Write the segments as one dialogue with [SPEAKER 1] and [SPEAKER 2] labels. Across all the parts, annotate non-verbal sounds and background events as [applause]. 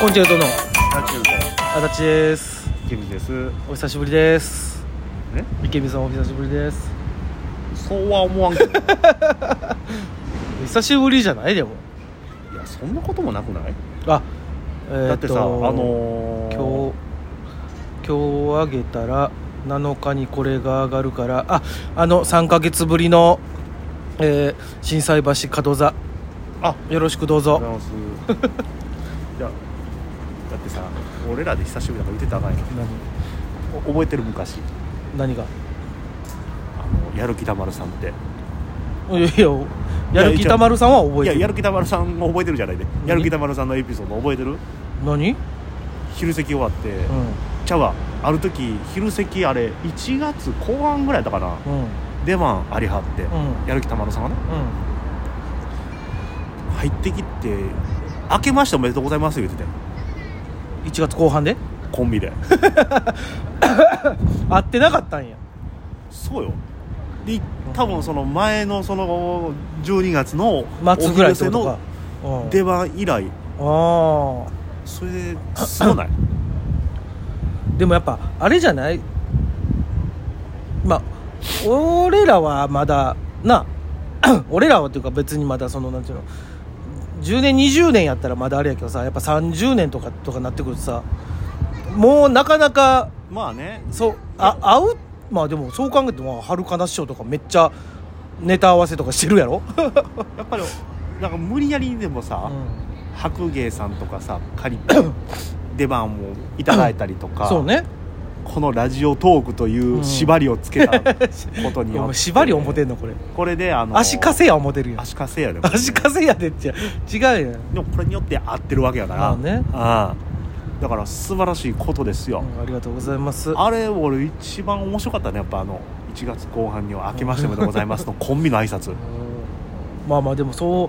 [SPEAKER 1] コンチェルトの
[SPEAKER 2] タチウコ
[SPEAKER 1] 足立です
[SPEAKER 2] ケミです
[SPEAKER 1] お久しぶりです
[SPEAKER 2] え
[SPEAKER 1] 池見さんお久しぶりです
[SPEAKER 2] そうは思わんけ
[SPEAKER 1] [laughs]
[SPEAKER 2] どい
[SPEAKER 1] 久しぶりじゃないでも
[SPEAKER 2] やそんなこともなくない、
[SPEAKER 1] あえー
[SPEAKER 2] だってさあのー、
[SPEAKER 1] 今日今日あげたら7日にこれが上がるからああの3か月ぶりの、えー、震災橋門座
[SPEAKER 2] あ
[SPEAKER 1] よろしくどう
[SPEAKER 2] あり
[SPEAKER 1] ぞ
[SPEAKER 2] がとうございます [laughs] いやだってさ俺らで久しぶりだから言ってたらあかんやん
[SPEAKER 1] 何
[SPEAKER 2] お覚えてる昔
[SPEAKER 1] 何が
[SPEAKER 2] あのやる気たまるさんって
[SPEAKER 1] いやいややる気たまるさんは覚え
[SPEAKER 2] いや
[SPEAKER 1] てる
[SPEAKER 2] やる気たまるさんも覚えてるじゃないで
[SPEAKER 1] 何
[SPEAKER 2] やる気たまるさんのエピソード覚えてる
[SPEAKER 1] 何、うん、
[SPEAKER 2] 昼席終わって、ちゃうわある時昼席あれ1月後半ぐらいだったか
[SPEAKER 1] う
[SPEAKER 2] な
[SPEAKER 1] ん
[SPEAKER 2] 出番ありはって、
[SPEAKER 1] うん
[SPEAKER 2] やる気たまるさんがね
[SPEAKER 1] うん
[SPEAKER 2] 入ってきて「明けましておめでとうございます」言ってて
[SPEAKER 1] 1月後半で
[SPEAKER 2] コンビで
[SPEAKER 1] 会ってなかったんや
[SPEAKER 2] [laughs] そうよで多分その前のその12月の
[SPEAKER 1] 末ぐらいってことか
[SPEAKER 2] お
[SPEAKER 1] うん
[SPEAKER 2] 出番以来
[SPEAKER 1] ああ
[SPEAKER 2] それですごない
[SPEAKER 1] でもやっぱあれじゃないまあ俺らはまだな [clears throat] 俺らはっていうか別にまだそのなんていうの10年20年やったらまだあれやけどさやっぱ30年とかとかなってくるとさもうなかなか
[SPEAKER 2] まあね
[SPEAKER 1] そうあ会うまあでもそう考えてもはるかな師匠とかめっちゃネタ合わせとかしてるやろ、
[SPEAKER 2] やっぱりなんか無理やりでもさ、
[SPEAKER 1] う
[SPEAKER 2] 白芸さんとかさ
[SPEAKER 1] [coughs]
[SPEAKER 2] 借りて出番をいただいたりとか
[SPEAKER 1] ん、そうね
[SPEAKER 2] このラジオトークという縛りをつ
[SPEAKER 1] [laughs]
[SPEAKER 2] けたことに
[SPEAKER 1] お
[SPEAKER 2] よって
[SPEAKER 1] 前縛り思てんのこれ
[SPEAKER 2] これであの
[SPEAKER 1] 足かせや思てるやん
[SPEAKER 2] 足かせやでこれね
[SPEAKER 1] 足かせやでっちゃ違うやん
[SPEAKER 2] でもこれによって合ってるわけやから
[SPEAKER 1] まあね
[SPEAKER 2] ああだから素晴らしいことですよ、
[SPEAKER 1] うんありがとうございます
[SPEAKER 2] あれ俺一番面白かったねやっぱあの1月後半には「明けましておめでとうございます」のコンビの挨拶
[SPEAKER 1] うんまあまあでもそ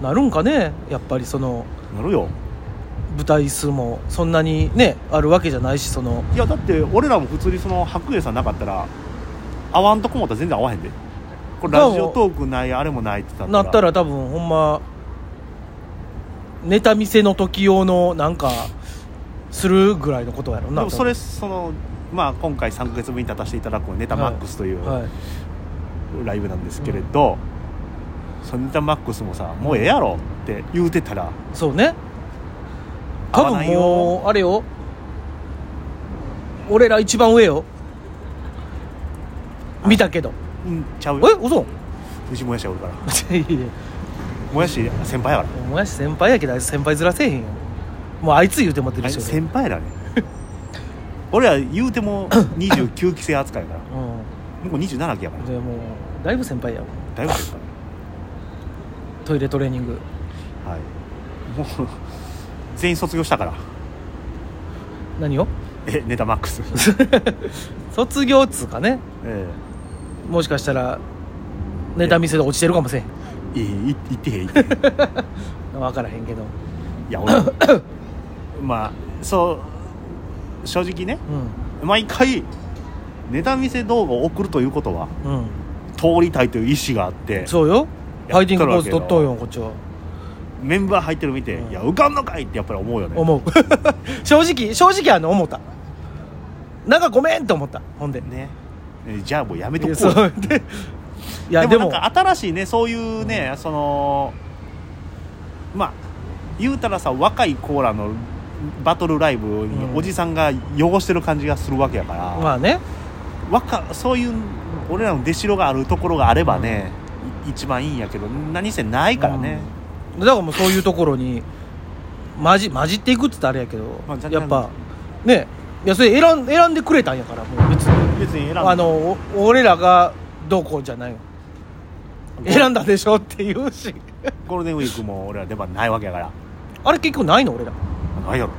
[SPEAKER 1] うなるんかねやっぱりその
[SPEAKER 2] なるよ
[SPEAKER 1] 舞台数もそんなにねあるわけじゃないしその
[SPEAKER 2] いやだって俺らも普通にその白衣さんなかったら会わんとこもったら全然会わへんでこれラジオトークないあれもないって言った
[SPEAKER 1] なったら多分ほんまネタ見せの時用のなんかするぐらいのことやろな
[SPEAKER 2] でもそれそのまあ今回3ヶ月分に立たせていただくネタマックスとい
[SPEAKER 1] 多
[SPEAKER 2] う
[SPEAKER 1] 分はい
[SPEAKER 2] ライブなんですけれど、そのネタマックスもさ「もうええやろ」って言うてたら
[SPEAKER 1] そうね
[SPEAKER 2] 合
[SPEAKER 1] 多
[SPEAKER 2] わな
[SPEAKER 1] 分
[SPEAKER 2] いよ
[SPEAKER 1] もうあれよ俺ら一番上よ見たけど
[SPEAKER 2] 「うんちゃう
[SPEAKER 1] え
[SPEAKER 2] よ [laughs]
[SPEAKER 1] 嘘
[SPEAKER 2] うちもやしやおるから
[SPEAKER 1] いやいや
[SPEAKER 2] もやし先輩やか
[SPEAKER 1] もやし先輩やけどあいつ先輩ずらせえへんよもうあいつ言うてもってる
[SPEAKER 2] らあ
[SPEAKER 1] し
[SPEAKER 2] れ
[SPEAKER 1] 俺
[SPEAKER 2] 先輩だね [laughs] 俺ら言うても29期生扱いやからもう27期やか
[SPEAKER 1] う
[SPEAKER 2] ら
[SPEAKER 1] んでもうだいぶ先輩やわ
[SPEAKER 2] だいぶ先輩
[SPEAKER 1] トイレトレーニング
[SPEAKER 2] はいもう全員卒業したから
[SPEAKER 1] 何を
[SPEAKER 2] えネタマッ
[SPEAKER 1] [laughs]
[SPEAKER 2] クス
[SPEAKER 1] 卒業っつうかね
[SPEAKER 2] え
[SPEAKER 1] もしかしたらネタ見せで落ちてるかもしれん
[SPEAKER 2] えいいい言ってへん言ってへんい
[SPEAKER 1] 分からへんけど
[SPEAKER 2] や俺
[SPEAKER 1] [laughs]
[SPEAKER 2] まあそう正直ね
[SPEAKER 1] う
[SPEAKER 2] 毎回ネタ見せ動画を送るということは
[SPEAKER 1] んうん
[SPEAKER 2] 通りたいという意思があって
[SPEAKER 1] そうよフ
[SPEAKER 2] や
[SPEAKER 1] ァイ
[SPEAKER 2] っ
[SPEAKER 1] テ
[SPEAKER 2] と
[SPEAKER 1] ィング
[SPEAKER 2] る
[SPEAKER 1] ポー
[SPEAKER 2] わ
[SPEAKER 1] ズ
[SPEAKER 2] けよ
[SPEAKER 1] 取っとんよこっちは
[SPEAKER 2] メンバー入ってるの見て、
[SPEAKER 1] うん
[SPEAKER 2] いや浮かんのかいってやっぱり思うよね
[SPEAKER 1] 思う [laughs] 正直正直あの思ったなんかごめんって思ったほんで
[SPEAKER 2] ねえじゃあもうやめとこう
[SPEAKER 1] そ
[SPEAKER 2] よ
[SPEAKER 1] うでいや
[SPEAKER 2] で
[SPEAKER 1] で
[SPEAKER 2] も
[SPEAKER 1] も
[SPEAKER 2] なんか新しいねそういうね、そのまあ言うたらさ若いコーラのバトルライブ
[SPEAKER 1] うん
[SPEAKER 2] におじさんが汚してる感じがするわけやから、
[SPEAKER 1] まあね
[SPEAKER 2] 若そういう俺らの出城があるところがあればね、い一番いいんやけど何せないからね、
[SPEAKER 1] だからもうそういうところに混じ混じっていくっつったらあれやけど、
[SPEAKER 2] まあ若干
[SPEAKER 1] やっぱねいやそれ選ん選んでくれたんやからもう別に
[SPEAKER 2] 別に選んだ
[SPEAKER 1] あのお俺らがどうこうじゃないよ選んだでしょっていうし
[SPEAKER 2] ゴールデンウィークも俺ら出番ないわけやから
[SPEAKER 1] あれ結局ないの俺ら
[SPEAKER 2] ないやろ、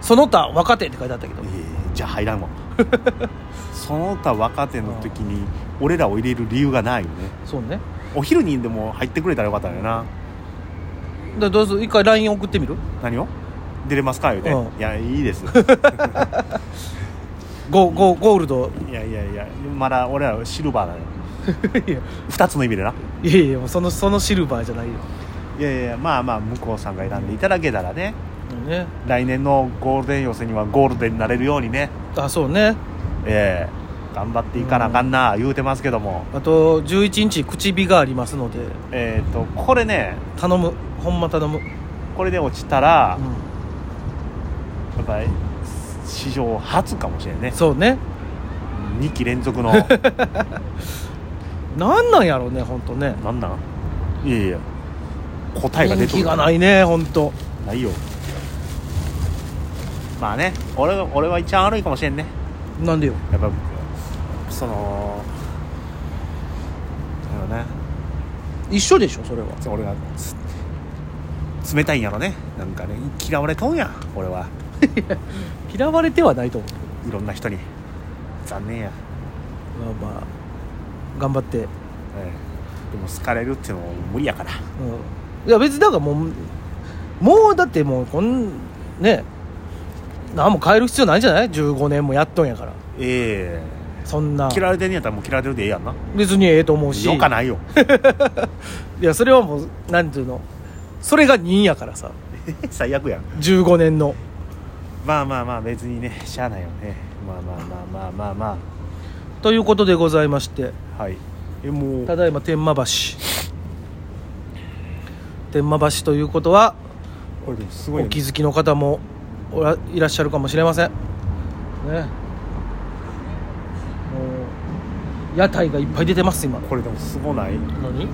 [SPEAKER 1] その他若手って書いてあったけど
[SPEAKER 2] えーじゃあ入ら
[SPEAKER 1] [laughs]
[SPEAKER 2] んわその他若手の時に俺らを入れる理由がないよね
[SPEAKER 1] そうね
[SPEAKER 2] お昼にでも入ってくれたらよかったんだよな
[SPEAKER 1] でどうする一回 LINE 送ってみる
[SPEAKER 2] 何を出れますか言うて、
[SPEAKER 1] うん
[SPEAKER 2] いやいい
[SPEAKER 1] [laughs]
[SPEAKER 2] です
[SPEAKER 1] ゴゴゴール
[SPEAKER 2] [laughs]
[SPEAKER 1] ド
[SPEAKER 2] いやいやいやまだ俺らはシルバーなのよ
[SPEAKER 1] いや
[SPEAKER 2] 2つの意味でない
[SPEAKER 1] やいやもうそのそのシルバーじゃないよ
[SPEAKER 2] いやいやまあまあ向こうさんが選んでいただけたらね、
[SPEAKER 1] ね
[SPEAKER 2] 来年のゴールデン予選にはゴールデンになれるようにね、
[SPEAKER 1] あそうね
[SPEAKER 2] ええ頑張っていかなあかんな、言うてますけども、
[SPEAKER 1] あと11日口火がありますので
[SPEAKER 2] えっとこれね
[SPEAKER 1] 頼むほんま頼む、
[SPEAKER 2] これで落ちたら
[SPEAKER 1] う、ん
[SPEAKER 2] やっぱり史上初かもしれんね
[SPEAKER 1] そうね
[SPEAKER 2] 2期
[SPEAKER 1] [laughs]
[SPEAKER 2] 連続の
[SPEAKER 1] なんなんやろうね本当ね
[SPEAKER 2] なんなんいやいや答えが出
[SPEAKER 1] 人気
[SPEAKER 2] てくる
[SPEAKER 1] がないね本当
[SPEAKER 2] ないよまあね俺が俺は一番悪いかもしれんね
[SPEAKER 1] なんでよ
[SPEAKER 2] やっぱそのだよね
[SPEAKER 1] 一緒でしょそれは
[SPEAKER 2] そう俺がつ冷たいんやろねなんかね嫌われとんや俺は
[SPEAKER 1] 嫌われてはないと思
[SPEAKER 2] いろんな人に残念や、
[SPEAKER 1] うまあまあ頑張って、うん、
[SPEAKER 2] ええでも好かれるっていうのも無理やから
[SPEAKER 1] いや別にだからもうもうだってもうこんね何も変える必要ないんじゃない15年もやっとんやから
[SPEAKER 2] え
[SPEAKER 1] そんな
[SPEAKER 2] え嫌われてんねやったらもう嫌われてるでええやんな
[SPEAKER 1] 別にええと思うし
[SPEAKER 2] よかないよ [laughs]
[SPEAKER 1] いやそれはもうなんていうのそれが2位やからさ
[SPEAKER 2] 最悪やん
[SPEAKER 1] 15年の
[SPEAKER 2] まあまあまあ別にねしゃあないよねまあまあまあまあまあま
[SPEAKER 1] ということでございまして
[SPEAKER 2] あはいえもう
[SPEAKER 1] ただいま天満橋天満橋ということは
[SPEAKER 2] これでもすごい
[SPEAKER 1] お
[SPEAKER 2] ね
[SPEAKER 1] 気づきの方もおらいらっしゃるかもしれませんねもう屋台がいっぱい出てます今
[SPEAKER 2] これでもすごない
[SPEAKER 1] 何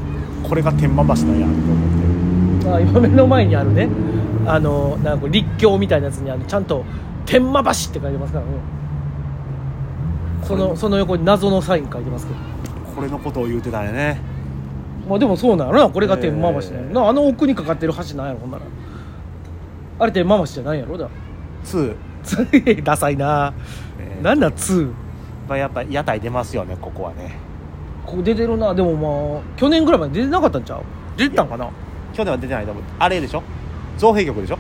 [SPEAKER 2] これが天満橋なんやと思っ
[SPEAKER 1] あ今目の前にあるねあのなんか立教みたいなやつにあのちゃんと「天満橋」って書いてますからねそのその横に謎のサイン書いてますけど
[SPEAKER 2] てこれのことを言うてたんやね
[SPEAKER 1] まあでもそうなのなこれが天満橋な
[SPEAKER 2] え
[SPEAKER 1] の
[SPEAKER 2] ー
[SPEAKER 1] なあの奥にかかってる橋なんやろほんならあれ天満橋じゃないやろだ
[SPEAKER 2] 2、
[SPEAKER 1] [laughs] ダサいな
[SPEAKER 2] えー
[SPEAKER 1] なんだ2
[SPEAKER 2] まあ、やっぱ屋台出ますよねここはね
[SPEAKER 1] ここ出てるなでもまあ去年ぐらいまで出てなかったんちゃう出てたんかな
[SPEAKER 2] 去年は出てないと思うあれでしょ造幣局でしょ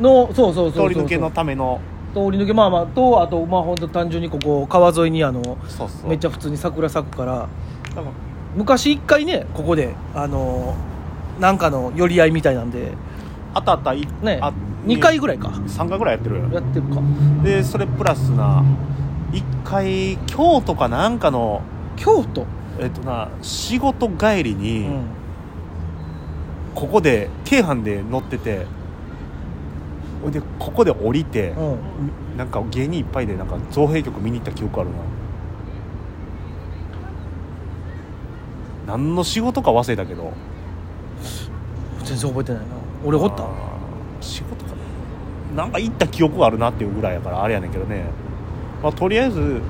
[SPEAKER 1] のそうそうそうそう
[SPEAKER 2] 通り抜けのための
[SPEAKER 1] 通り抜けまあまあとあとまあ本当単純にここ川沿いにあの
[SPEAKER 2] そうそう
[SPEAKER 1] めっちゃ普通に桜咲くから
[SPEAKER 2] だから
[SPEAKER 1] 昔一回ねここであのーなんかの寄り合いみたいなんで
[SPEAKER 2] あったあったい
[SPEAKER 1] ね
[SPEAKER 2] あ
[SPEAKER 1] 2回ぐらいか
[SPEAKER 2] 3回ぐらいやってるよ
[SPEAKER 1] やってるか
[SPEAKER 2] でそれプラスな1回京都かなんかの
[SPEAKER 1] 京都
[SPEAKER 2] えっとな仕事帰り
[SPEAKER 1] う
[SPEAKER 2] に、
[SPEAKER 1] ん
[SPEAKER 2] ここで京阪で乗っててほいでここで降りて、
[SPEAKER 1] うん
[SPEAKER 2] なんか芸人いっぱいでなんか造幣局見に行った記憶あるな何の仕事か忘れたけど
[SPEAKER 1] 全然覚えてないな俺おった
[SPEAKER 2] あー仕事かななんか行った記憶があるなっていうぐらいやからあれやねんけどね、まあ、とりあえず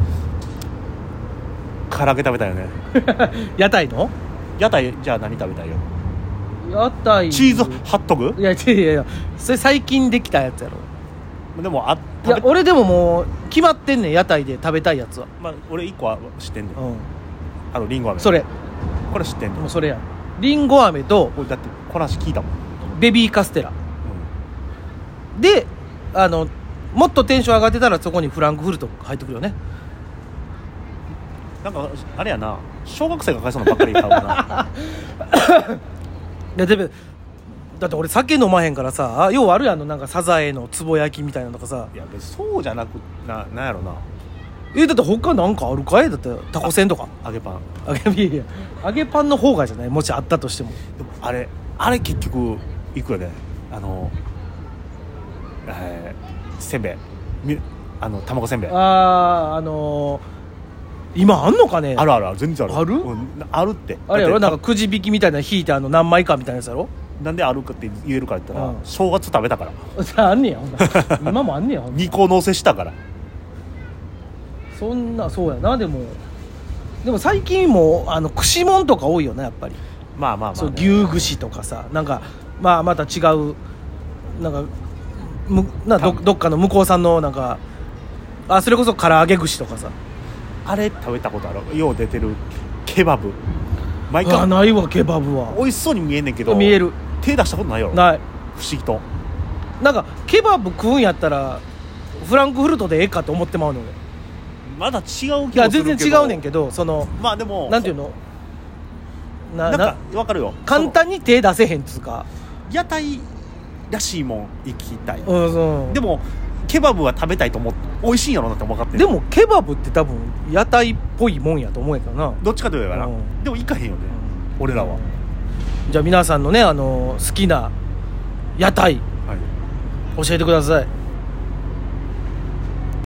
[SPEAKER 2] 唐揚げ食べたよね
[SPEAKER 1] 屋台の
[SPEAKER 2] 屋台じゃあ何食べたいよ
[SPEAKER 1] 屋台
[SPEAKER 2] チーズハットグ
[SPEAKER 1] いやいやいやいやそれ最近できたやつやろ
[SPEAKER 2] でもあ
[SPEAKER 1] いや
[SPEAKER 2] 食べ
[SPEAKER 1] 俺でももう決まってんねん屋台で食べたいやつは
[SPEAKER 2] まあ、俺1個は知ってんねん
[SPEAKER 1] うん
[SPEAKER 2] あのリンゴ飴
[SPEAKER 1] それ
[SPEAKER 2] これ知ってんねん
[SPEAKER 1] もうそれやりんご飴と
[SPEAKER 2] これだってこの話聞いたもん、
[SPEAKER 1] ベビーカステラであのもっとテンション上がってたらそこにフランクフルト入ってくるよね
[SPEAKER 2] なんかあれやな小学生が買いそうなばっかり買うな [laughs]
[SPEAKER 1] いやでもだって俺酒飲まへんからさ要はあるやんあのなんかサザエのつぼ焼きみたいなのとかさ
[SPEAKER 2] いや別にそうじゃなくななんやろな
[SPEAKER 1] えだって他なんかあるかいだってタコせんとか
[SPEAKER 2] 揚げパン
[SPEAKER 1] 揚げいやいや揚げパンの方がじゃないもしあったとしても
[SPEAKER 2] でもあれあれ結局いくらであのえー、せんべいみあの卵せんべいあ
[SPEAKER 1] あああのー、今あんのかね
[SPEAKER 2] るあるある全然ある
[SPEAKER 1] ある
[SPEAKER 2] うん、なあるって
[SPEAKER 1] あれやろ
[SPEAKER 2] だ
[SPEAKER 1] な
[SPEAKER 2] っ
[SPEAKER 1] ん
[SPEAKER 2] て
[SPEAKER 1] かくじ引きみたいなの引いてあの何枚かみたいなやつやろ
[SPEAKER 2] なんであるかって言えるかって言ったら、
[SPEAKER 1] うん
[SPEAKER 2] 正月食べたから
[SPEAKER 1] あんねやほんなら今もあんねやほんなら
[SPEAKER 2] 二個乗せしたから
[SPEAKER 1] そんなそうやなでもでも最近もあの串もんとか多いよねやっぱり、
[SPEAKER 2] まあまあまあ、ね、
[SPEAKER 1] そう牛串とかさなんかまあまた違うなんかむなど
[SPEAKER 2] 多分
[SPEAKER 1] どっかの向こうさんのなんかあそれこそ唐揚げ串とかさ
[SPEAKER 2] あれ食べたことあるよう出てるケバブ毎
[SPEAKER 1] あ
[SPEAKER 2] 回
[SPEAKER 1] ないわケバブは
[SPEAKER 2] 美味しそうに見えんねんけど
[SPEAKER 1] 見える
[SPEAKER 2] 手出したことないよ
[SPEAKER 1] ない
[SPEAKER 2] 不思議と
[SPEAKER 1] なんかケバブ食うんやったらフランクフルトでええかと思ってまうのよ
[SPEAKER 2] まだ違う気がする
[SPEAKER 1] い
[SPEAKER 2] けど
[SPEAKER 1] や全然違うねんけどその
[SPEAKER 2] まあでも
[SPEAKER 1] なんていうのな
[SPEAKER 2] な
[SPEAKER 1] な
[SPEAKER 2] んかわかるよ
[SPEAKER 1] 簡単に手出せへんっつうか
[SPEAKER 2] その屋台らしいもん行きたい、
[SPEAKER 1] うんそうで
[SPEAKER 2] で
[SPEAKER 1] も
[SPEAKER 2] もケバブは食べたいと思って美味しいんやろうなって分かってる
[SPEAKER 1] でもケバブって多分屋台っぽいもんやと思うんやけどな、
[SPEAKER 2] どっちかといえばな、
[SPEAKER 1] うん
[SPEAKER 2] でも行かへんよね、俺らは、は
[SPEAKER 1] じゃあ皆さんのねあの好きな屋台
[SPEAKER 2] い
[SPEAKER 1] 教えてください